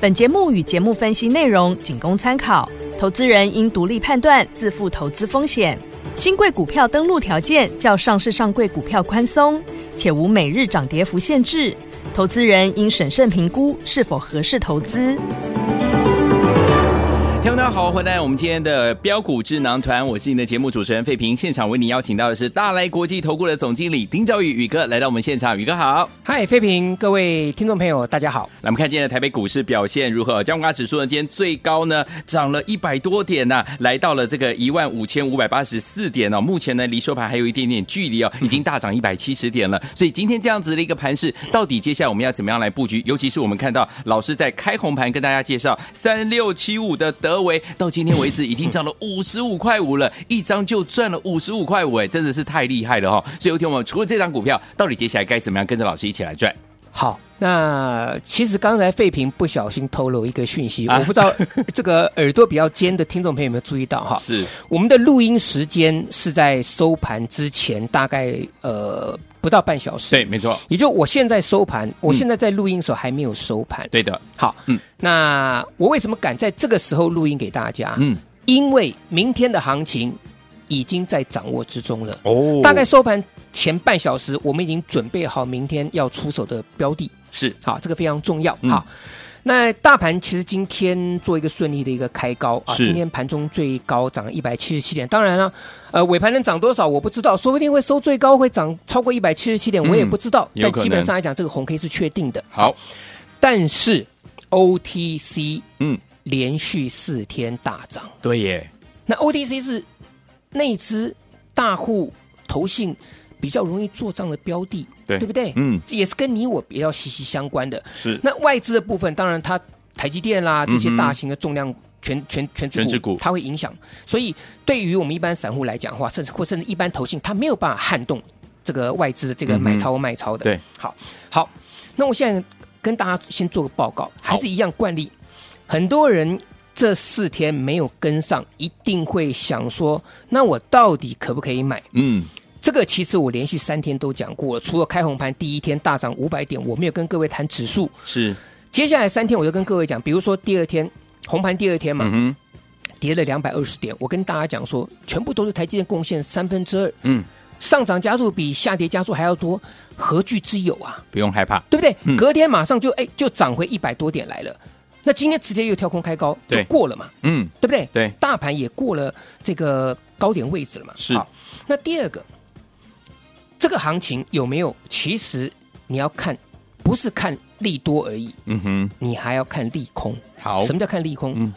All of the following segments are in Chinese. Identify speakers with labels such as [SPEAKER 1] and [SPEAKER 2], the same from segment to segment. [SPEAKER 1] 本节目与节目分析内容仅供参考，投资人应独立判断，自负投资风险。新贵股票登录条件较上市上柜股票宽松，且无每日涨跌幅限制，投资人应审慎评估是否合适投资。
[SPEAKER 2] 听众大家好，欢迎来我们今天的标股智囊团，我是你的节目主持人费平。现场为你邀请到的是大来国际投顾的总经理丁兆宇宇哥来到我们现场，宇哥好。
[SPEAKER 3] 嗨，飞平，各位听众朋友，大家好。
[SPEAKER 2] 来，我们看今天的台北股市表现如何？加权指数呢，今天最高呢涨了一百多点呐、来到了这个一万五千五百八十四点哦。目前呢离收盘还有一点点距离哦，已经大涨一百七十点了。所以今天这样子的一个盘势，到底接下来我们要怎么样来布局？尤其是我们看到老师在开红盘跟大家介绍三六七五的德维，到今天为止已经涨了五十五块五了，一张就赚了五十五块五，哎，真的是太厉害了哈、哦。所以有天我们除了这张股票，到底接下来该怎么样跟着老师一起来赚？
[SPEAKER 3] 好，那其实刚才费平不小心透露一个讯息，
[SPEAKER 2] 啊
[SPEAKER 3] 我 不知道这个耳朵比较尖的听众朋友有没有注意到哈？
[SPEAKER 2] 是
[SPEAKER 3] 我们的录音时间是在收盘之前大概呃不到半小时。
[SPEAKER 2] 对，，没错，
[SPEAKER 3] 也就我现在收盘，我现在在录音的时候还没有收盘。，
[SPEAKER 2] 对的，
[SPEAKER 3] 好，
[SPEAKER 2] 嗯
[SPEAKER 3] 嗯，那我为什么敢在这个时候录音给大家？
[SPEAKER 2] 嗯。
[SPEAKER 3] 因为明天的行情已经在掌握之中了。
[SPEAKER 2] 哦
[SPEAKER 3] 大概收盘前半小时，我们已经准备好明天要出手的标的。
[SPEAKER 2] 是
[SPEAKER 3] 好，这个非常重要。
[SPEAKER 2] 嗯
[SPEAKER 3] 好，那大盘其实今天做一个顺利的一个开高啊，
[SPEAKER 2] 是
[SPEAKER 3] 今天盘中最高涨了一百七十七点。当然了、呃，尾盘能涨多少我不知道，说不定会收最高，会涨超过一百七十七点，我也
[SPEAKER 2] 嗯
[SPEAKER 3] 不知道。
[SPEAKER 2] 有
[SPEAKER 3] 但
[SPEAKER 2] 可
[SPEAKER 3] 基本
[SPEAKER 2] 能
[SPEAKER 3] 上来讲，这个红 K 是确定的。
[SPEAKER 2] 好，
[SPEAKER 3] 但是 OTC
[SPEAKER 2] 嗯，
[SPEAKER 3] 连续四天大涨。
[SPEAKER 2] 对耶，
[SPEAKER 3] 那 OTC 是那只大户投信比较容易做账的标的，
[SPEAKER 2] 对
[SPEAKER 3] 不对？
[SPEAKER 2] 嗯，
[SPEAKER 3] 也是跟你我比较息息相关的。
[SPEAKER 2] 是
[SPEAKER 3] 那外资的部分，当然它台积电啦这些
[SPEAKER 2] 嗯哼
[SPEAKER 3] 大型的重量全全全
[SPEAKER 2] 全
[SPEAKER 3] 指
[SPEAKER 2] 指
[SPEAKER 3] 股，
[SPEAKER 2] 股
[SPEAKER 3] 它会影响。所以对于我们一般散户来讲的话，甚至或甚至一般投信，它没有办法撼动这个外资的这
[SPEAKER 2] 嗯
[SPEAKER 3] 个
[SPEAKER 2] 哼
[SPEAKER 3] 买超或卖超的。
[SPEAKER 2] 对，
[SPEAKER 3] 好，好，那我现在跟大家先做个报告，还是一样惯例，很多人。这四天没有跟上，一定会想说：那我到底可不可以买？
[SPEAKER 2] 嗯，
[SPEAKER 3] 这个其实我连续三天都讲过了，除了开红盘第一天大涨五百点，我没有跟各位谈指数，
[SPEAKER 2] 是，
[SPEAKER 3] 接下来三天我就跟各位讲，比如说第二天红盘第二天嘛，
[SPEAKER 2] 嗯哼，
[SPEAKER 3] 跌了两百二十点，我跟大家讲说，全部都是台积电贡献三分之二，
[SPEAKER 2] 嗯，
[SPEAKER 3] 上涨加速比下跌加速还要多，何惧之有啊？
[SPEAKER 2] 不用害怕，
[SPEAKER 3] 对不对？
[SPEAKER 2] 嗯
[SPEAKER 3] 隔天马上就哎就涨回一百多点来了，那今天直接又跳空开高就
[SPEAKER 2] 对
[SPEAKER 3] 过了嘛，
[SPEAKER 2] 嗯，
[SPEAKER 3] 对不对？
[SPEAKER 2] 对
[SPEAKER 3] 大盘也过了这个高点位置了嘛。
[SPEAKER 2] 是
[SPEAKER 3] 好那第二个，这个行情有没有？其实你要看，不是看利多而已，
[SPEAKER 2] 嗯哼，
[SPEAKER 3] 你还要看利空。
[SPEAKER 2] 好，
[SPEAKER 3] 什么叫看利空？
[SPEAKER 2] 嗯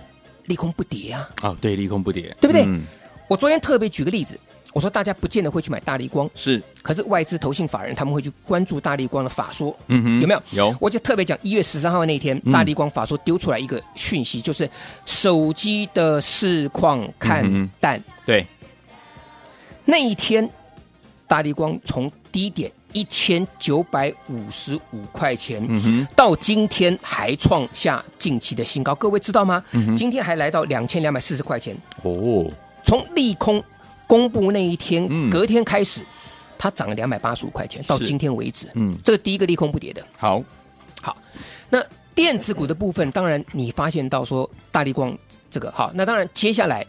[SPEAKER 3] 利空不跌啊！
[SPEAKER 2] 哦，对，利空不跌，
[SPEAKER 3] 对不对
[SPEAKER 2] 嗯，
[SPEAKER 3] 我昨天特别举个例子，我说大家不见得会去买大力光，
[SPEAKER 2] 是，
[SPEAKER 3] 可是外资投信法人他们会去关注大力光的法说，
[SPEAKER 2] 嗯哼
[SPEAKER 3] 有没有？
[SPEAKER 2] 有嗯
[SPEAKER 3] 我就特别讲一月十三号那天，大力光法说丢出来一个讯息，就是手机的市况看
[SPEAKER 2] 嗯
[SPEAKER 3] 淡。
[SPEAKER 2] 对，
[SPEAKER 3] 那一天，大力光从低点一千九百五十五块钱，
[SPEAKER 2] 嗯哼，
[SPEAKER 3] 到今天还创下近期的新高，各位知道吗？
[SPEAKER 2] 嗯哼
[SPEAKER 3] 今天还来到两千两百四十块钱。
[SPEAKER 2] 哦，
[SPEAKER 3] 从利空公布那一天，
[SPEAKER 2] 嗯
[SPEAKER 3] 隔天开始，它涨了两百八十五块钱，到
[SPEAKER 2] 是
[SPEAKER 3] 今天为止，
[SPEAKER 2] 嗯
[SPEAKER 3] 这个第一个利空不跌的。
[SPEAKER 2] 好，
[SPEAKER 3] 那电子股的部分，当然你发现到说大力光这个好，那当然接下来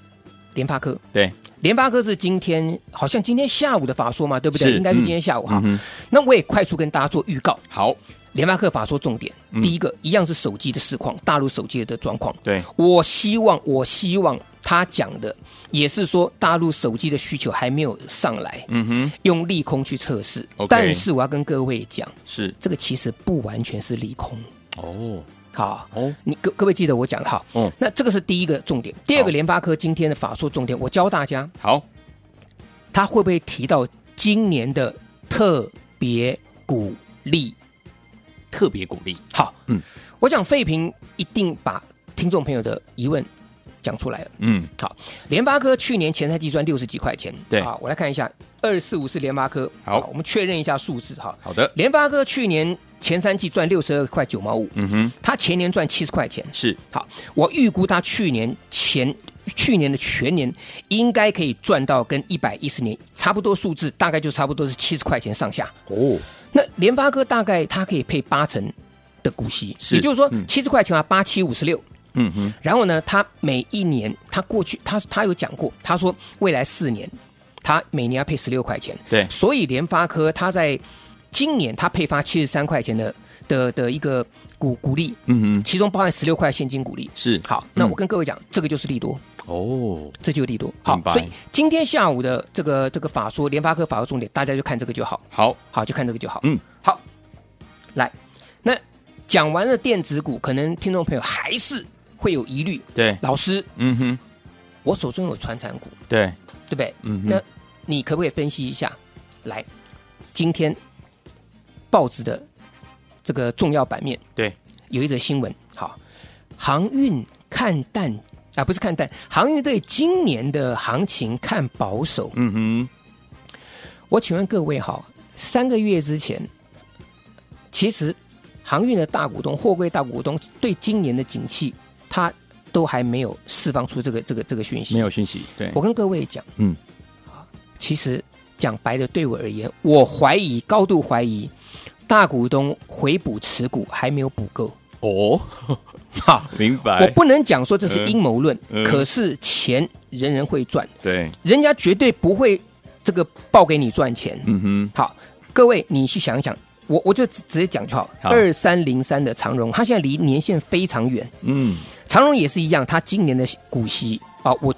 [SPEAKER 3] 联发科，
[SPEAKER 2] 对，
[SPEAKER 3] 联发科是今天好像今天下午的法说嘛，对不对？
[SPEAKER 2] 是
[SPEAKER 3] 应该是今天下午哈
[SPEAKER 2] 嗯。哼，
[SPEAKER 3] 那我也快速跟大家做预告，
[SPEAKER 2] 好，
[SPEAKER 3] 联发科法说重点，
[SPEAKER 2] 嗯
[SPEAKER 3] 第一个一样是手机的市况，大陆手机的状况。
[SPEAKER 2] 对，
[SPEAKER 3] 我希望，我希望他讲的也是说，大陆手机的需求还没有上来，
[SPEAKER 2] 嗯哼，
[SPEAKER 3] 用利空去测试。
[SPEAKER 2] OK
[SPEAKER 3] 但是我要跟各位讲，
[SPEAKER 2] 是，
[SPEAKER 3] 这个其实不完全是利空。
[SPEAKER 2] 哦，
[SPEAKER 3] 好，
[SPEAKER 2] 哦，
[SPEAKER 3] 你各各位记得我讲的哈。
[SPEAKER 2] 哦
[SPEAKER 3] 那这个是第一个重点。第二
[SPEAKER 2] 好
[SPEAKER 3] 个，联发科今天的法说重点，我教大家，
[SPEAKER 2] 好，
[SPEAKER 3] 他会不会提到今年的特别股利？
[SPEAKER 2] 特别鼓励，
[SPEAKER 3] 好，
[SPEAKER 2] 嗯
[SPEAKER 3] 嗯，我想费平一定把听众朋友的疑问讲出来了。
[SPEAKER 2] 嗯，
[SPEAKER 3] 好，联发科去年前赛季赚六十几块钱，
[SPEAKER 2] 对
[SPEAKER 3] 好，我来看一下二四五是联发科，
[SPEAKER 2] 好
[SPEAKER 3] 我们确认一下数字哈。
[SPEAKER 2] 好的，
[SPEAKER 3] 联发科去年前三季赚六十二块九毛五，
[SPEAKER 2] 嗯哼，
[SPEAKER 3] 它前年赚七十块钱，
[SPEAKER 2] 是
[SPEAKER 3] 好，我预估它去年前去年的全年应该可以赚到跟一百一十年差不多数字，大概就差不多是七十块钱上下。
[SPEAKER 2] 哦，
[SPEAKER 3] 那联发科大概它可以配八成的股息，
[SPEAKER 2] 是
[SPEAKER 3] 也就是说
[SPEAKER 2] 嗯
[SPEAKER 3] 七十块钱啊，八七五十六。
[SPEAKER 2] 嗯哼，
[SPEAKER 3] 然后呢，他每一年，他过去他他有讲过，他说未来四年，他每年要配十六块钱。
[SPEAKER 2] 对
[SPEAKER 3] 所以联发科他在今年他配发七十三块钱的的的一个股股利，
[SPEAKER 2] 嗯哼，
[SPEAKER 3] 其中包含十六块现金股利。
[SPEAKER 2] 是
[SPEAKER 3] 好，那
[SPEAKER 2] 嗯
[SPEAKER 3] 我跟各位讲，这个就是利多，
[SPEAKER 2] 哦，
[SPEAKER 3] 这就是利多。好
[SPEAKER 2] 明，白
[SPEAKER 3] 所以今天下午的这个这个法说联发科法说重点，大家就看这个就好。
[SPEAKER 2] 好，
[SPEAKER 3] 好，就看这个就好。
[SPEAKER 2] 嗯，
[SPEAKER 3] 好，来，那讲完了电子股，可能听众朋友还是会有疑虑。
[SPEAKER 2] 对，
[SPEAKER 3] 老师，
[SPEAKER 2] 嗯哼，
[SPEAKER 3] 我手中有传产股，
[SPEAKER 2] 对，
[SPEAKER 3] 对不对？
[SPEAKER 2] 嗯
[SPEAKER 3] 那
[SPEAKER 2] 哼，
[SPEAKER 3] 你可不可以分析一下？来，今天报纸的这个重要版面
[SPEAKER 2] 对，
[SPEAKER 3] 有一则新闻，好，航运看淡啊，不是看淡，航运对今年的行情看保守。
[SPEAKER 2] 嗯哼，
[SPEAKER 3] 我请问各位哈，三个月之前，其实航运的大股东、货柜大股东对今年的景气，他都还没有释放出这个这个这个讯息。
[SPEAKER 2] 没有讯息，对，
[SPEAKER 3] 我跟各位讲，
[SPEAKER 2] 嗯，
[SPEAKER 3] 其实讲白的，对我而言，我怀疑，高度怀疑，大股东回补持股还没有补够。
[SPEAKER 2] 哦，
[SPEAKER 3] 哈，
[SPEAKER 2] 明
[SPEAKER 3] 我
[SPEAKER 2] 白，
[SPEAKER 3] 不能讲说这是阴谋论，
[SPEAKER 2] 哎嗯嗯
[SPEAKER 3] 可是钱人人会赚，
[SPEAKER 2] 对，
[SPEAKER 3] 人家绝对不会这个报给你赚钱。
[SPEAKER 2] 嗯哼，
[SPEAKER 3] 好，各位你去想一想，我我就直直接讲就好。
[SPEAKER 2] 好
[SPEAKER 3] 二三零三的长荣，它现在离年限非常远，
[SPEAKER 2] 嗯，
[SPEAKER 3] 长荣也是一样，它今年的股息啊，我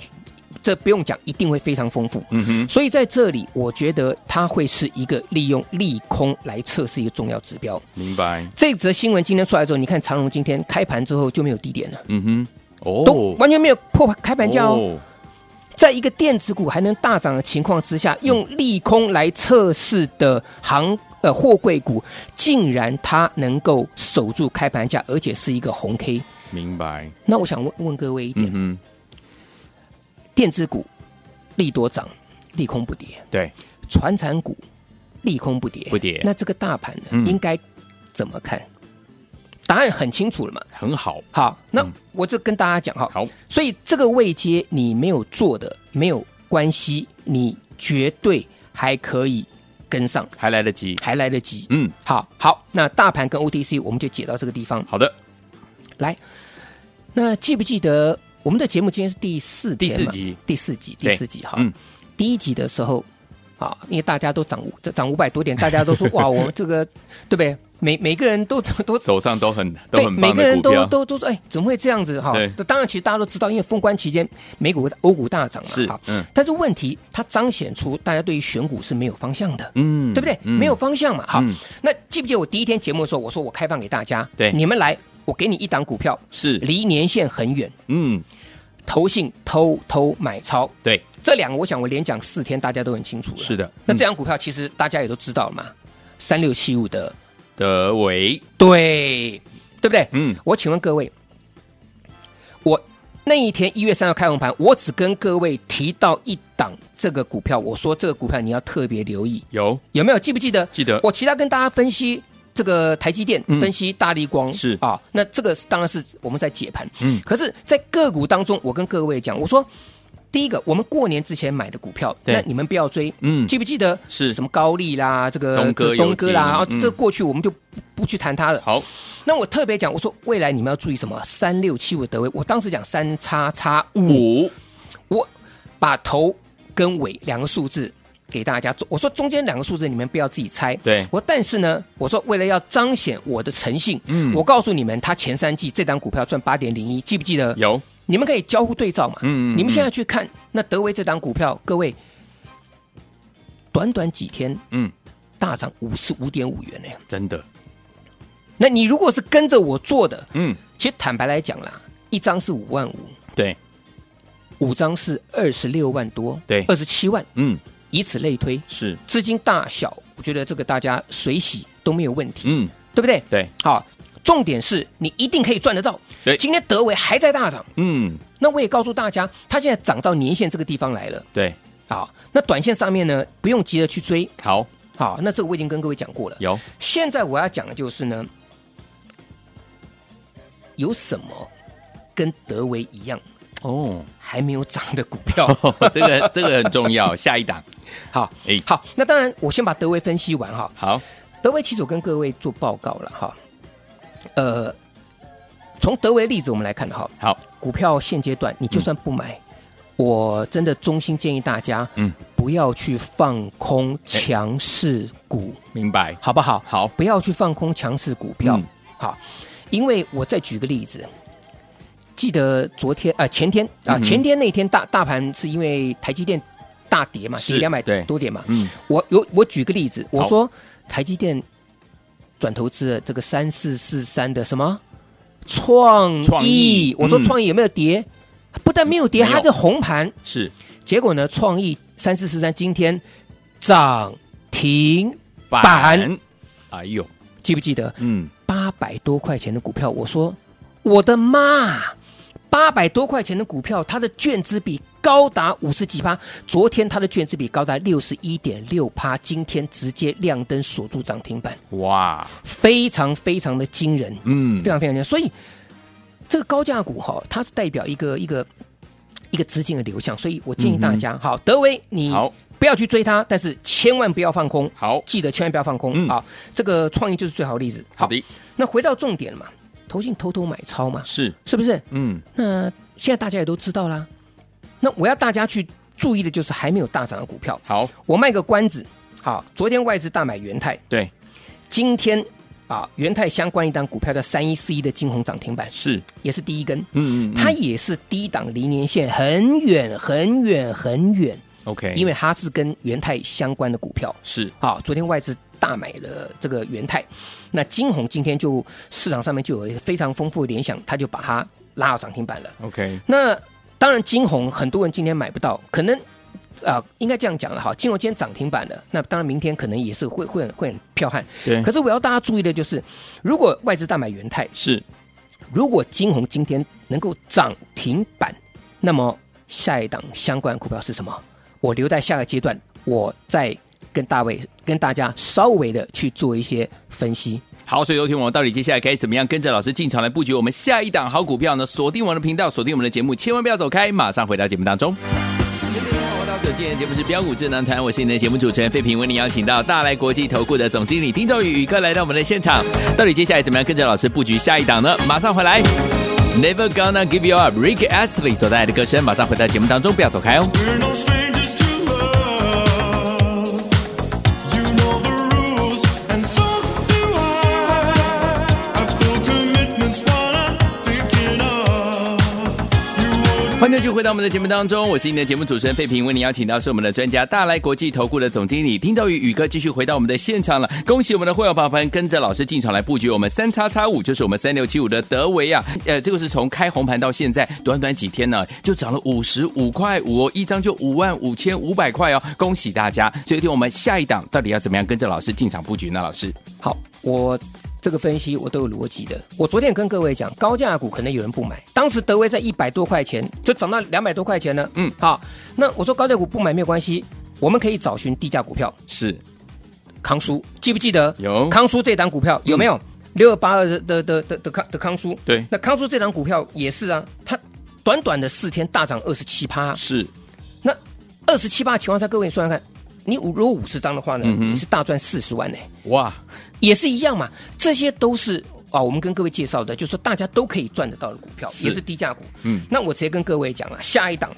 [SPEAKER 3] 这不用讲，一定会非常丰富。
[SPEAKER 2] 嗯哼，
[SPEAKER 3] 所以在这里，我觉得它会是一个利用利空来测试一个重要指标。
[SPEAKER 2] 明白，
[SPEAKER 3] 这则新闻今天出来之后，你看长荣今天开盘之后就没有低点了，
[SPEAKER 2] 嗯哼，哦，
[SPEAKER 3] 都完全没有破开盘价哦。
[SPEAKER 2] 哦，
[SPEAKER 3] 在一个电子股还能大涨的情况之下，用利空来测试的航呃货柜股，竟然它能够守住开盘价，而且是一个红 K。
[SPEAKER 2] 明白，
[SPEAKER 3] 那我想问问各位一点
[SPEAKER 2] 嗯：哼，
[SPEAKER 3] 电子股利多涨，利空不跌；
[SPEAKER 2] 对，
[SPEAKER 3] 传产股利空不跌，
[SPEAKER 2] 不跌
[SPEAKER 3] 那这个大盘呢，
[SPEAKER 2] 嗯
[SPEAKER 3] 应该怎么看？答案很清楚了嘛。
[SPEAKER 2] 很好，
[SPEAKER 3] 好，那
[SPEAKER 2] 嗯
[SPEAKER 3] 我就跟大家讲哈，
[SPEAKER 2] 好，
[SPEAKER 3] 所以这个位阶你没有做的没有关系，你绝对还可以跟上，
[SPEAKER 2] 还来得及，
[SPEAKER 3] 还来得及。
[SPEAKER 2] 嗯，
[SPEAKER 3] 好好，那大盘跟 OTC 我们就解到这个地方
[SPEAKER 2] 好的，
[SPEAKER 3] 来。那记不记得我们的节目今天是第四
[SPEAKER 2] 第
[SPEAKER 3] 天
[SPEAKER 2] 四
[SPEAKER 3] 嘛，
[SPEAKER 2] 集，
[SPEAKER 3] 第四集，
[SPEAKER 2] 对
[SPEAKER 3] 第四集哈。
[SPEAKER 2] 嗯，
[SPEAKER 3] 第一集的时候啊，因为大家都涨五涨五百多点，大家都说哇，我们这个对不对？每每个人都都
[SPEAKER 2] 手上都很都
[SPEAKER 3] 对，
[SPEAKER 2] 很
[SPEAKER 3] 每
[SPEAKER 2] 棒
[SPEAKER 3] 个
[SPEAKER 2] 的
[SPEAKER 3] 人
[SPEAKER 2] 股
[SPEAKER 3] 都
[SPEAKER 2] 票，
[SPEAKER 3] 都都说，哎，怎么会这样子哈
[SPEAKER 2] 对？
[SPEAKER 3] 当然，其实大家都知道，因为封关期间美股、欧股大涨嘛，啊
[SPEAKER 2] 是
[SPEAKER 3] 哈
[SPEAKER 2] 嗯
[SPEAKER 3] 但是问题，它彰显出大家对于选股是没有方向的，
[SPEAKER 2] 嗯
[SPEAKER 3] 对不对？
[SPEAKER 2] 嗯
[SPEAKER 3] 没有方向嘛，哈
[SPEAKER 2] 嗯。
[SPEAKER 3] 那记不记得我第一天节目的时候，我说我开放给大家，
[SPEAKER 2] 对
[SPEAKER 3] 你们来，我给你一档股票，
[SPEAKER 2] 是，
[SPEAKER 3] 离年限很远，
[SPEAKER 2] 嗯，
[SPEAKER 3] 投信偷偷买超，
[SPEAKER 2] 对，
[SPEAKER 3] 这两个我想我连讲四天，大家都很清楚了。
[SPEAKER 2] 是的，
[SPEAKER 3] 那
[SPEAKER 2] 嗯
[SPEAKER 3] 这档股票其实大家也都知道了嘛，三六七五的，
[SPEAKER 2] 德维，
[SPEAKER 3] 对，对不对？
[SPEAKER 2] 嗯，
[SPEAKER 3] 我请问各位，我那一天一月三号开红盘，我只跟各位提到一档这个股票，我说这个股票你要特别留意，
[SPEAKER 2] 有
[SPEAKER 3] 有没有？记不记得？
[SPEAKER 2] 记得
[SPEAKER 3] 我其他跟大家分析这个台积电，
[SPEAKER 2] 嗯
[SPEAKER 3] 分析大力光
[SPEAKER 2] 是
[SPEAKER 3] 啊，那这个当然是我们在解盘。
[SPEAKER 2] 嗯
[SPEAKER 3] 可是，在个股当中，我跟各位讲，我说。第一个，我们过年之前买的股票，
[SPEAKER 2] 对
[SPEAKER 3] 那你们不要追。
[SPEAKER 2] 嗯
[SPEAKER 3] 记不记得
[SPEAKER 2] 是
[SPEAKER 3] 什么高丽啦，这个
[SPEAKER 2] 东哥
[SPEAKER 3] 这个东哥啦，
[SPEAKER 2] 有
[SPEAKER 3] 啊，
[SPEAKER 2] 提嗯
[SPEAKER 3] 这过去我们就不不去谈它了。
[SPEAKER 2] 好，
[SPEAKER 3] 那我特别讲，我说未来你们要注意什么？三六七五德威，我当时讲三叉叉五，
[SPEAKER 2] 五
[SPEAKER 3] 我把头跟尾两个数字给大家做。我说中间两个数字你们不要自己猜。
[SPEAKER 2] 对
[SPEAKER 3] 我但是呢，我说为了要彰显我的诚信，
[SPEAKER 2] 嗯
[SPEAKER 3] 我告诉你们，他前三季这档股票赚八点零一，记不记得？
[SPEAKER 2] 有，
[SPEAKER 3] 你们可以交互对照嘛。
[SPEAKER 2] 嗯嗯
[SPEAKER 3] 你们现在去看那德威这档股票，各位，短短几天
[SPEAKER 2] 嗯，
[SPEAKER 3] 大涨五十五点五元呢、
[SPEAKER 2] 真的，
[SPEAKER 3] 那你如果是跟着我做的，
[SPEAKER 2] 嗯，
[SPEAKER 3] 其实坦白来讲啦，一张是五万五，
[SPEAKER 2] 对，
[SPEAKER 3] 五张是二十六万多，
[SPEAKER 2] 对
[SPEAKER 3] 二十七万，
[SPEAKER 2] 嗯，
[SPEAKER 3] 以此类推，
[SPEAKER 2] 是，
[SPEAKER 3] 资金大小，我觉得这个大家水洗都没有问题，
[SPEAKER 2] 嗯，
[SPEAKER 3] 对不对？
[SPEAKER 2] 对，
[SPEAKER 3] 好，重点是你一定可以赚得到。
[SPEAKER 2] 对
[SPEAKER 3] 今天德维还在大涨，
[SPEAKER 2] 嗯，
[SPEAKER 3] 那我也告诉大家，它现在涨到年线这个地方来了。
[SPEAKER 2] 对，
[SPEAKER 3] 好，那短线上面呢，不用急着去追。
[SPEAKER 2] 好，
[SPEAKER 3] 好，那这个我已经跟各位讲过了。
[SPEAKER 2] 有，
[SPEAKER 3] 现在我要讲的就是呢，有什么跟德维一样
[SPEAKER 2] 哦，
[SPEAKER 3] 还没有涨的股票？
[SPEAKER 2] 这个这个很重要， 下一档，
[SPEAKER 3] 好，
[SPEAKER 2] 哎
[SPEAKER 3] 好，那当然，我先把德维分析完哈。
[SPEAKER 2] 好，
[SPEAKER 3] 德维其实我跟各位做报告了哈。呃，从德维例子我们来看哈，
[SPEAKER 2] 好，
[SPEAKER 3] 股票现阶段你就算不买，我真的衷心建议大家，
[SPEAKER 2] 嗯，
[SPEAKER 3] 不要去放空强势股，
[SPEAKER 2] 明白，
[SPEAKER 3] 好不好？
[SPEAKER 2] 好，
[SPEAKER 3] 不要去放空强势股票，
[SPEAKER 2] 嗯
[SPEAKER 3] 好，因为我再举个例子。记得昨天啊、呃前天
[SPEAKER 2] 嗯
[SPEAKER 3] 啊、
[SPEAKER 2] 哼
[SPEAKER 3] 前天那天大大盘是因为台积电大跌嘛，
[SPEAKER 2] 是
[SPEAKER 3] 跌两百
[SPEAKER 2] 对
[SPEAKER 3] 多点嘛，
[SPEAKER 2] 嗯，
[SPEAKER 3] 我有我举个例子，我
[SPEAKER 2] 好
[SPEAKER 3] 说台积电转投资了这个三四四三的什么创意，
[SPEAKER 2] 创意
[SPEAKER 3] 我说
[SPEAKER 2] 嗯
[SPEAKER 3] 创意有没有跌？不但没有跌，
[SPEAKER 2] 没有
[SPEAKER 3] 它这红盘。
[SPEAKER 2] 是
[SPEAKER 3] 结果呢，创意三四四三今天涨停，板，
[SPEAKER 2] 哎呦，
[SPEAKER 3] 记不记得
[SPEAKER 2] 嗯，
[SPEAKER 3] 八百多块钱的股票？我说我的妈！八百多块钱的股票，它的券资比高达五十几趴。昨天它的券资比高达六十一点六趴，今天直接亮灯锁住涨停板。
[SPEAKER 2] 哇，
[SPEAKER 3] 非常非常的惊人，
[SPEAKER 2] 嗯
[SPEAKER 3] 非，常非常惊人。所以这个高价股哈，它是代表一个一个一个资金的流向，所以我建议大家，好，德威你
[SPEAKER 2] 嗯好
[SPEAKER 3] 不要去追它，但是千万不要放空，
[SPEAKER 2] 好，
[SPEAKER 3] 记得千万不要放空
[SPEAKER 2] 嗯
[SPEAKER 3] 啊！这个创意就是最好的例子。
[SPEAKER 2] 好的，
[SPEAKER 3] 那回到重点了嘛，投信偷偷买超嘛，
[SPEAKER 2] 是，
[SPEAKER 3] 是不是？
[SPEAKER 2] 嗯，
[SPEAKER 3] 那现在大家也都知道啦。那我要大家去注意的就是还没有大涨的股票，
[SPEAKER 2] 好，
[SPEAKER 3] 我卖个关子。好，昨天外资大买元泰，
[SPEAKER 2] 对，
[SPEAKER 3] 今天啊，元泰相关一档股票叫三一四一的金红涨停板，
[SPEAKER 2] 是，
[SPEAKER 3] 也是第一根，
[SPEAKER 2] 嗯嗯，
[SPEAKER 3] 它也是低档离年线很远很远很远，
[SPEAKER 2] OK，
[SPEAKER 3] 因为它是跟元泰相关的股票。
[SPEAKER 2] 是，
[SPEAKER 3] 好，啊昨天外资大买了这个元泰，那金红今天就市场上面就有一个非常丰富的联想，它就把它拉到涨停板了。
[SPEAKER 2] OK，
[SPEAKER 3] 那当然，金红很多人今天买不到，可能啊、应该这样讲了哈。金红今天涨停板了，那当然明天可能也是会会很会很彪悍。
[SPEAKER 2] 对
[SPEAKER 3] 可是我要大家注意的就是，如果外资大买元泰，
[SPEAKER 2] 是，
[SPEAKER 3] 如果金红今天能够涨停板，那么下一档相关股票是什么？我留在下个阶段，我再跟大卫跟大家稍微的去做一些分析。
[SPEAKER 2] 好，所以有听我们到底接下来该怎么样跟着老师进场来布局我们下一档好股票呢？锁定我们的频道，锁定我们的节目，千万不要走开，马上回到节目当中。我到所今天的节目是标股智囊团，我是你的节目主持人费平，为您邀请到大来国际投顾的总经理丁兆宇宇哥来到我们的现场。到底接下来怎么样跟着老师布局下一档呢？马上回来。Never gonna give you up, Rick Astley 所带来的歌声，马上回到节目当中，不要走开哦。
[SPEAKER 4] We're no strangers to love. You know the rules, and so do I. I've still commitments while I'm thinking of you.
[SPEAKER 2] 欢迎继续回到我们的节目当中，我是你的节目主持人费平，为您邀请到是我们的专家大来国际投顾的总经理丁兆宇宇哥，继续回到我们的现场了。恭喜我们的会员朋友们跟着老师进场来布局我们三叉叉五，就是我们三六七五的德维啊，呃，这个是从开红盘到现在短短几天呢，就涨了五十五块五哦，一张就五万五千五百块哦，恭喜大家！所以，听我们下一档到底要怎么样跟着老师进场布局呢？老师，
[SPEAKER 3] 好，我这个分析我都有逻辑的。我昨天跟各位讲，高价股可能有人不买，当时德威在一百多块钱，就涨到两百多块钱了。
[SPEAKER 2] 嗯，
[SPEAKER 3] 好，那我说高价股不买没有关系，我们可以找寻低价股票。
[SPEAKER 2] 是
[SPEAKER 3] 康叔记不记得？
[SPEAKER 2] 有嗯
[SPEAKER 3] 康叔这档股票有没有？六二八二的的的的的康的康叔，
[SPEAKER 2] 对
[SPEAKER 3] 那康叔这档股票也是啊，它短短的四天大涨二十七趴，
[SPEAKER 2] 是
[SPEAKER 3] 那二十七趴情况下，各位你算算看，你五如果五十张的话
[SPEAKER 2] 嗯
[SPEAKER 3] 呢，你是大赚四十万呢、
[SPEAKER 2] 哇，
[SPEAKER 3] 也是一样嘛，这些都是啊，我们跟各位介绍的，就是大家都可以赚得到的股票，
[SPEAKER 2] 是
[SPEAKER 3] 也是低价股。
[SPEAKER 2] 嗯
[SPEAKER 3] 那我直接跟各位讲了，下一档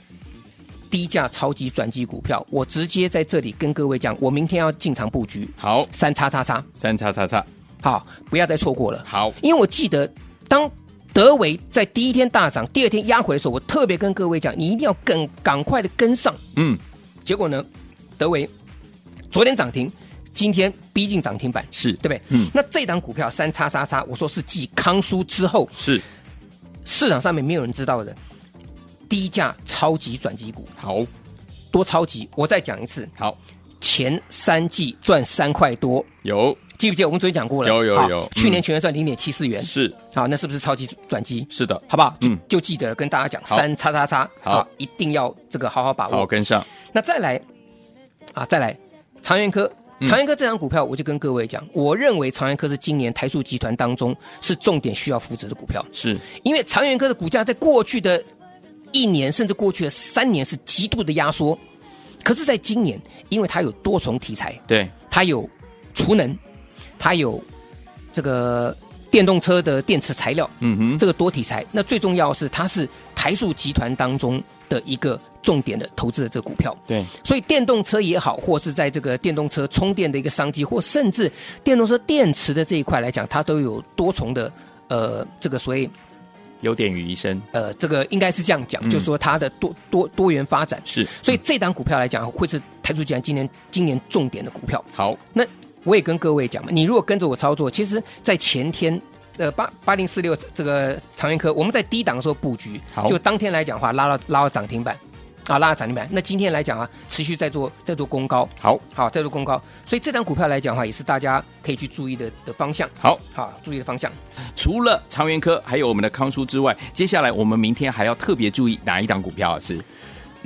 [SPEAKER 3] 低价超级转机股票，我直接在这里跟各位讲，我明天要进场布局
[SPEAKER 2] 好
[SPEAKER 3] 三叉叉叉，
[SPEAKER 2] 三叉叉叉
[SPEAKER 3] 好，不要再错过了。
[SPEAKER 2] 好
[SPEAKER 3] 因为我记得当。德维在第一天大涨，第二天压回的时候，我特别跟各位讲，你一定要更赶快的跟上。
[SPEAKER 2] 嗯
[SPEAKER 3] 结果呢，德维昨天涨停，今天逼近涨停板，
[SPEAKER 2] 是
[SPEAKER 3] 对不对？
[SPEAKER 2] 嗯
[SPEAKER 3] 那这档股票三叉叉叉，我说是继康舒之后，
[SPEAKER 2] 是
[SPEAKER 3] 市场上面没有人知道的低价超级转机股，
[SPEAKER 2] 好
[SPEAKER 3] 多超级！我再讲一次，
[SPEAKER 2] 好
[SPEAKER 3] 前三季赚三块多，
[SPEAKER 2] 有
[SPEAKER 3] 记不记得我们昨天讲过了？
[SPEAKER 2] 有有
[SPEAKER 3] 好
[SPEAKER 2] 有
[SPEAKER 3] 去年
[SPEAKER 2] 嗯
[SPEAKER 3] 全年算零点七四元，
[SPEAKER 2] 是
[SPEAKER 3] 好，那是不是超级转机？
[SPEAKER 2] 是的，
[SPEAKER 3] 好不好？
[SPEAKER 2] 嗯
[SPEAKER 3] 嗯，就记得了跟大家讲
[SPEAKER 2] 好
[SPEAKER 3] 三叉叉叉，
[SPEAKER 2] 好
[SPEAKER 3] 啊，一定要这个好好把
[SPEAKER 2] 好
[SPEAKER 3] 握。
[SPEAKER 2] 跟上，
[SPEAKER 3] 那再来啊，再来长源科，
[SPEAKER 2] 嗯
[SPEAKER 3] 长源科这张股票，我就跟各位讲，我认为长源科是今年台塑集团当中是重点需要扶持的股票，
[SPEAKER 2] 是
[SPEAKER 3] 因为长源科的股价在过去的一年甚至过去的三年是极度的压缩，可是在今年，因为它有多重题材，
[SPEAKER 2] 对，
[SPEAKER 3] 它有储能，它有这个电动车的电池材料，
[SPEAKER 2] 嗯哼，
[SPEAKER 3] 这个多题材。那最重要的是，它是台塑集团当中的一个重点的投资的这个股票。
[SPEAKER 2] 对，
[SPEAKER 3] 所以电动车也好，或是在这个电动车充电的一个商机，或甚至电动车电池的这一块来讲，它都有多重的呃这个所谓
[SPEAKER 2] 有点于一身，
[SPEAKER 3] 呃这个应该是这样讲，
[SPEAKER 2] 嗯
[SPEAKER 3] 就是说它的多多多元发展。
[SPEAKER 2] 是
[SPEAKER 3] 所以这档股票来讲，会是台塑集团今年今年重点的股票。
[SPEAKER 2] 好，
[SPEAKER 3] 那我也跟各位讲嘛，你如果跟着我操作，其实，在前天，呃，八八零四六这个长源科，我们在低档的时候布局
[SPEAKER 2] 好，
[SPEAKER 3] 就当天来讲的话，拉到拉到涨停板，啊，拉到涨停板。那今天来讲啊，持续在做在做攻高，
[SPEAKER 2] 好，
[SPEAKER 3] 好，在做攻高。所以这档股票来讲的话，也是大家可以去注意的的方向，
[SPEAKER 2] 好，
[SPEAKER 3] 好，注意的方向。
[SPEAKER 2] 除了长源科还有我们的康舒之外，接下来我们明天还要特别注意哪一档股票啊？是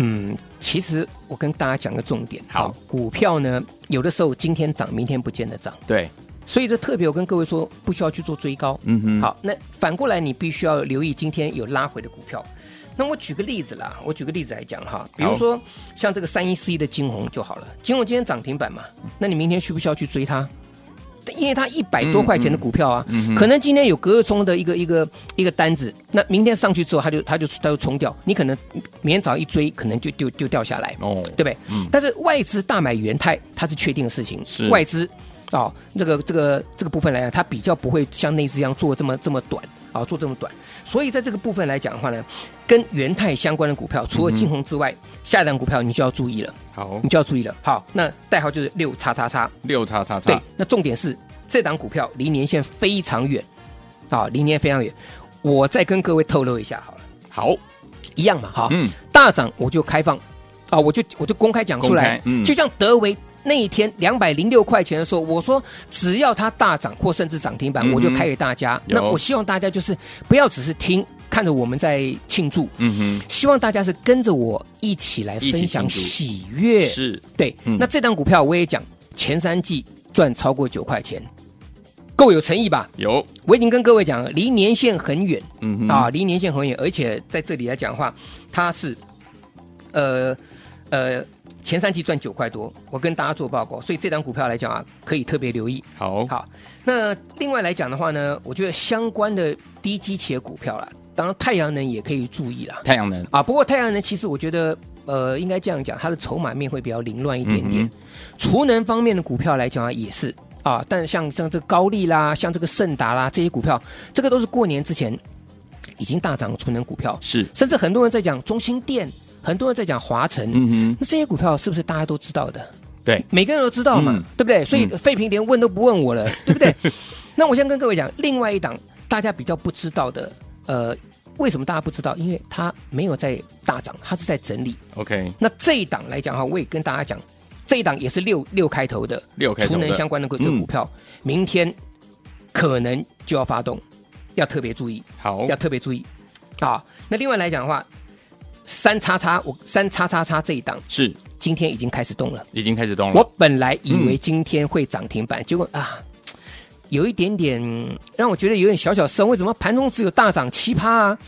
[SPEAKER 3] 嗯，其实我跟大家讲个重点，
[SPEAKER 2] 好
[SPEAKER 3] 股票呢，有的时候今天涨，明天不见得涨。
[SPEAKER 2] 对，
[SPEAKER 3] 所以这特别我跟各位说，不需要去做追高。
[SPEAKER 2] 嗯哼
[SPEAKER 3] 好，那反过来你必须要留意今天有拉回的股票。那我举个例子啦，我举个例子来讲哈，比如说像这个三一四一的金红就好了，金红今天涨停板嘛，那你明天需不需要去追它？因为它一百多块钱的股票啊，
[SPEAKER 2] 嗯
[SPEAKER 3] 可能今天有隔日冲的一个一个一个单子，那明天上去之后，它就它就它就冲掉，你可能明天早上一追，可能就就就掉下来。
[SPEAKER 2] 哦，
[SPEAKER 3] 对不对？但是外资大买元泰，它是确定的事情。
[SPEAKER 2] 是
[SPEAKER 3] 外资哦，这个这个这个部分来讲，它比较不会像内资一样做这么这么短啊、做这么短。所以在这个部分来讲的话呢，跟元泰相关的股票，
[SPEAKER 2] 嗯
[SPEAKER 3] 除了金红之外，下一档股票你就要注意了，
[SPEAKER 2] 好
[SPEAKER 3] 你，就要注意了。好，那代号就是六叉叉叉。
[SPEAKER 2] 六叉叉叉
[SPEAKER 3] 对，，那重点是这档股票离年线非常远啊、离年线非常远。我再跟各位透露一下好了，
[SPEAKER 2] 好，
[SPEAKER 3] 一样嘛哈。
[SPEAKER 2] 嗯，
[SPEAKER 3] 大涨我就开放，啊，我就我就公开讲出
[SPEAKER 2] 公
[SPEAKER 3] 来
[SPEAKER 2] 开，嗯
[SPEAKER 3] 就像德维那一天两百零六块钱的时候，我说只要它大涨或甚至涨停板，
[SPEAKER 2] 嗯哼
[SPEAKER 3] 我就开给大家。
[SPEAKER 2] 有
[SPEAKER 3] 那我希望大家就是不要只是听看着我们在庆祝，
[SPEAKER 2] 嗯
[SPEAKER 3] 希望大家是跟着我一起来
[SPEAKER 2] 一起
[SPEAKER 3] 分享
[SPEAKER 2] 庆祝
[SPEAKER 3] 喜
[SPEAKER 2] 哼，
[SPEAKER 3] 悦。
[SPEAKER 2] 是
[SPEAKER 3] 对，
[SPEAKER 2] 嗯
[SPEAKER 3] 那这档股票我也讲，前三季赚超过九块钱，够有诚意吧？
[SPEAKER 2] 有，
[SPEAKER 3] 我已经跟各位讲了，离年限很远，
[SPEAKER 2] 嗯哼，
[SPEAKER 3] 啊，离年限很远，而且在这里来讲的话，它是呃呃前三季赚九块多，我跟大家做报告，所以这档股票来讲啊，可以特别留意。
[SPEAKER 2] 好，
[SPEAKER 3] 好，那另外来讲的话呢，我觉得相关的低基企业股票啦，当然太阳能也可以注意啦。
[SPEAKER 2] 太阳能，
[SPEAKER 3] 啊，不过太阳能其实我觉得，呃，应该这样讲，它的筹码面会比较凌乱一点点。
[SPEAKER 2] 嗯
[SPEAKER 3] 储能方面的股票来讲啊，也是啊，但像像这个高利啦，像这个盛达啦这些股票，这个都是过年之前已经大涨的储能股票，
[SPEAKER 2] 是，
[SPEAKER 3] 甚至很多人在讲中兴电，很多人在讲华晨，
[SPEAKER 2] 嗯哼，
[SPEAKER 3] 那这些股票是不是大家都知道的？
[SPEAKER 2] 对，
[SPEAKER 3] 每个人都知道嘛，
[SPEAKER 2] 嗯
[SPEAKER 3] 对不对？所以
[SPEAKER 2] 嗯
[SPEAKER 3] 费平连问都不问 我了，对不对？那我先跟各位讲，另外一档大家比较不知道的，呃，为什么大家不知道？因为它没有在大涨，它是在整理。
[SPEAKER 2] ，OK，
[SPEAKER 3] 那这一档来讲哈，我也跟大家讲，这一档也是六六开头的，
[SPEAKER 2] 六开头
[SPEAKER 3] 储
[SPEAKER 2] 的
[SPEAKER 3] 能相关的这个
[SPEAKER 2] 嗯
[SPEAKER 3] 股票，明天可能就要发动，要特别注意。
[SPEAKER 2] 好
[SPEAKER 3] 要，特别注意啊。那另外来讲的话，三叉叉我三叉叉叉这一档
[SPEAKER 2] 是，
[SPEAKER 3] 今天已经开始动了。
[SPEAKER 2] 已经开始动
[SPEAKER 3] 我
[SPEAKER 2] 了，
[SPEAKER 3] 本来以为今天会涨停板，结果啊，有一点点让我觉得有点小小失望。为什么盘中只有大涨七趴啊？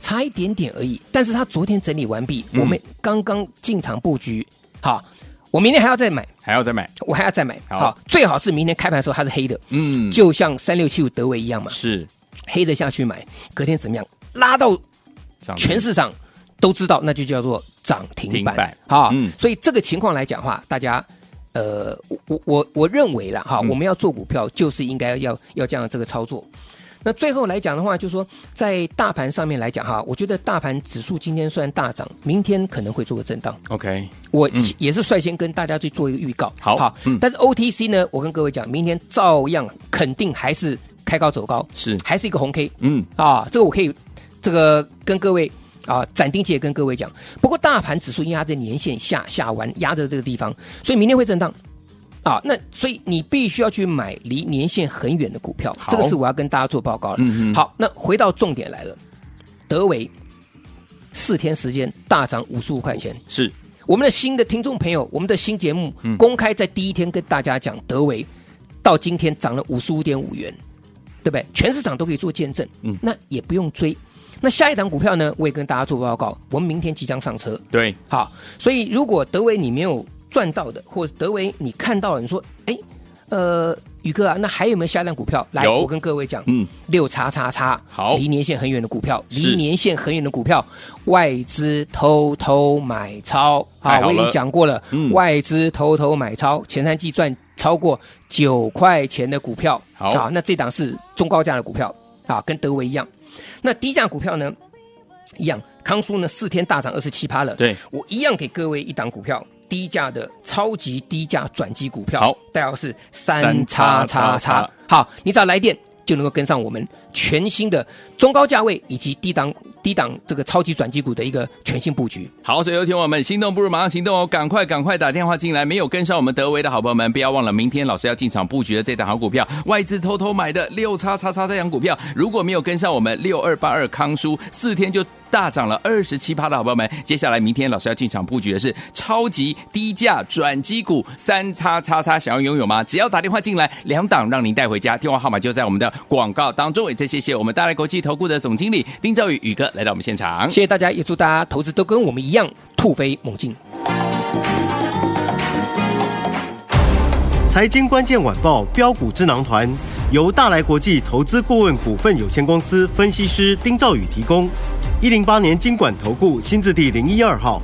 [SPEAKER 3] 差一点点而已。但是它昨天整理完毕，
[SPEAKER 2] 嗯
[SPEAKER 3] 我们刚刚进场布局，好，我明天还要再买，
[SPEAKER 2] 还要再买，
[SPEAKER 3] 我还要再买，
[SPEAKER 2] 好
[SPEAKER 3] 最好是明天开盘的时候它是黑的，
[SPEAKER 2] 嗯，
[SPEAKER 3] 就像三六七五德维一样嘛，
[SPEAKER 2] 是
[SPEAKER 3] 黑的下去买，隔天怎么样？拉到
[SPEAKER 2] 涨停
[SPEAKER 3] 全市场都知道，那就叫做涨停
[SPEAKER 2] 停
[SPEAKER 3] 板
[SPEAKER 2] 板
[SPEAKER 3] 好，
[SPEAKER 2] 嗯
[SPEAKER 3] 所以这个情况来讲的话，大家。呃，我我我我认为啦，哈，
[SPEAKER 2] 嗯
[SPEAKER 3] 我们要做股票，就是应该要要这样的这个操作。那最后来讲的话，就是说在大盘上面来讲哈，我觉得大盘指数今天虽然大涨，明天可能会做个震荡。
[SPEAKER 2] ，OK，
[SPEAKER 3] 我
[SPEAKER 2] 嗯
[SPEAKER 3] 也是率先跟大家去做一个预告，
[SPEAKER 2] 好
[SPEAKER 3] 好
[SPEAKER 2] 嗯，
[SPEAKER 3] 但是 OTC 呢，我跟各位讲，明天照样肯定还是开高走高，
[SPEAKER 2] 是，
[SPEAKER 3] 还是一个红 K，
[SPEAKER 2] 嗯，
[SPEAKER 3] 啊，这个我可以这个跟各位啊斩钉截铁跟各位讲。不过大盘指数因为它在年线下下完压着这个地方，所以明天会震荡啊，那所以你必须要去买离年限很远的股票，
[SPEAKER 2] 好
[SPEAKER 3] 这个是我要跟大家做报告了。
[SPEAKER 2] 嗯嗯
[SPEAKER 3] 好，那回到重点来了，德维四天时间大涨五十五块钱。
[SPEAKER 2] 是
[SPEAKER 3] 我们的新的听众朋友，我们的新节目
[SPEAKER 2] 嗯
[SPEAKER 3] 公开在第一天跟大家讲，德维到今天涨了五十五点五元，对不对？全市场都可以做见证，
[SPEAKER 2] 嗯
[SPEAKER 3] 那也不用追。那下一档股票呢，我也跟大家做报告，我们明天即将上车。
[SPEAKER 2] 对，
[SPEAKER 3] 好，所以如果德维你没有赚到的，或者德维你看到了，你说，哎，呃，宇哥啊，那还有没有下一档股票？来，
[SPEAKER 2] 有
[SPEAKER 3] 我跟各位讲，
[SPEAKER 2] 嗯，
[SPEAKER 3] 六叉叉叉，
[SPEAKER 2] 好
[SPEAKER 3] 离年线很远的股票，
[SPEAKER 2] 是
[SPEAKER 3] 离年线很远的股票，外资偷偷买超，
[SPEAKER 2] 太好
[SPEAKER 3] 我已经
[SPEAKER 2] 了
[SPEAKER 3] 讲过了，
[SPEAKER 2] 嗯
[SPEAKER 3] 外资偷偷买超，前三季赚超过九块钱的股票，
[SPEAKER 2] 好
[SPEAKER 3] 啊，那这档是中高价的股票啊，跟德维一样，那低价股票呢，一样，康叔呢四天大涨二十七趴了，
[SPEAKER 2] 对，
[SPEAKER 3] 我一样给各位一档股票。低价的超级低价转机股票，
[SPEAKER 2] 好，
[SPEAKER 3] 代号是三叉叉叉。好，你只要来电就能够跟上我们全新的中高价位以及低档低档这个超级转机股的一个全新布局。
[SPEAKER 2] 好，所以有听我们心动不如马上行动哦，赶快赶快打电话进来。没有跟上我们德维的好朋友们，不要忘了明天老师要进场布局的这档好股票，外资偷偷买的六叉叉叉这档股票，如果没有跟上我们六二八二康叔，四天就。大涨了二十七趴的好朋友们，接下来明天老师要进场布局的是超级低价转机股三叉叉叉，想要拥有吗？只要打电话进来，两档让您带回家，电话号码就在我们的广告当中。也再谢谢我们大来国际投顾的总经理丁兆宇宇哥来到我们现场，
[SPEAKER 3] 谢谢大家，也祝大家投资都跟我们一样突飞猛进。
[SPEAKER 5] 财经关键晚报标股智囊团由大来国际投资顾问股份有限公司分析师丁兆宇提供。一零八年经管投顾新字第零一二号。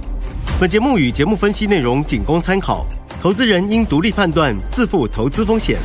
[SPEAKER 5] 本节目与节目分析内容仅供参考，投资人应独立判断，自负投资风险。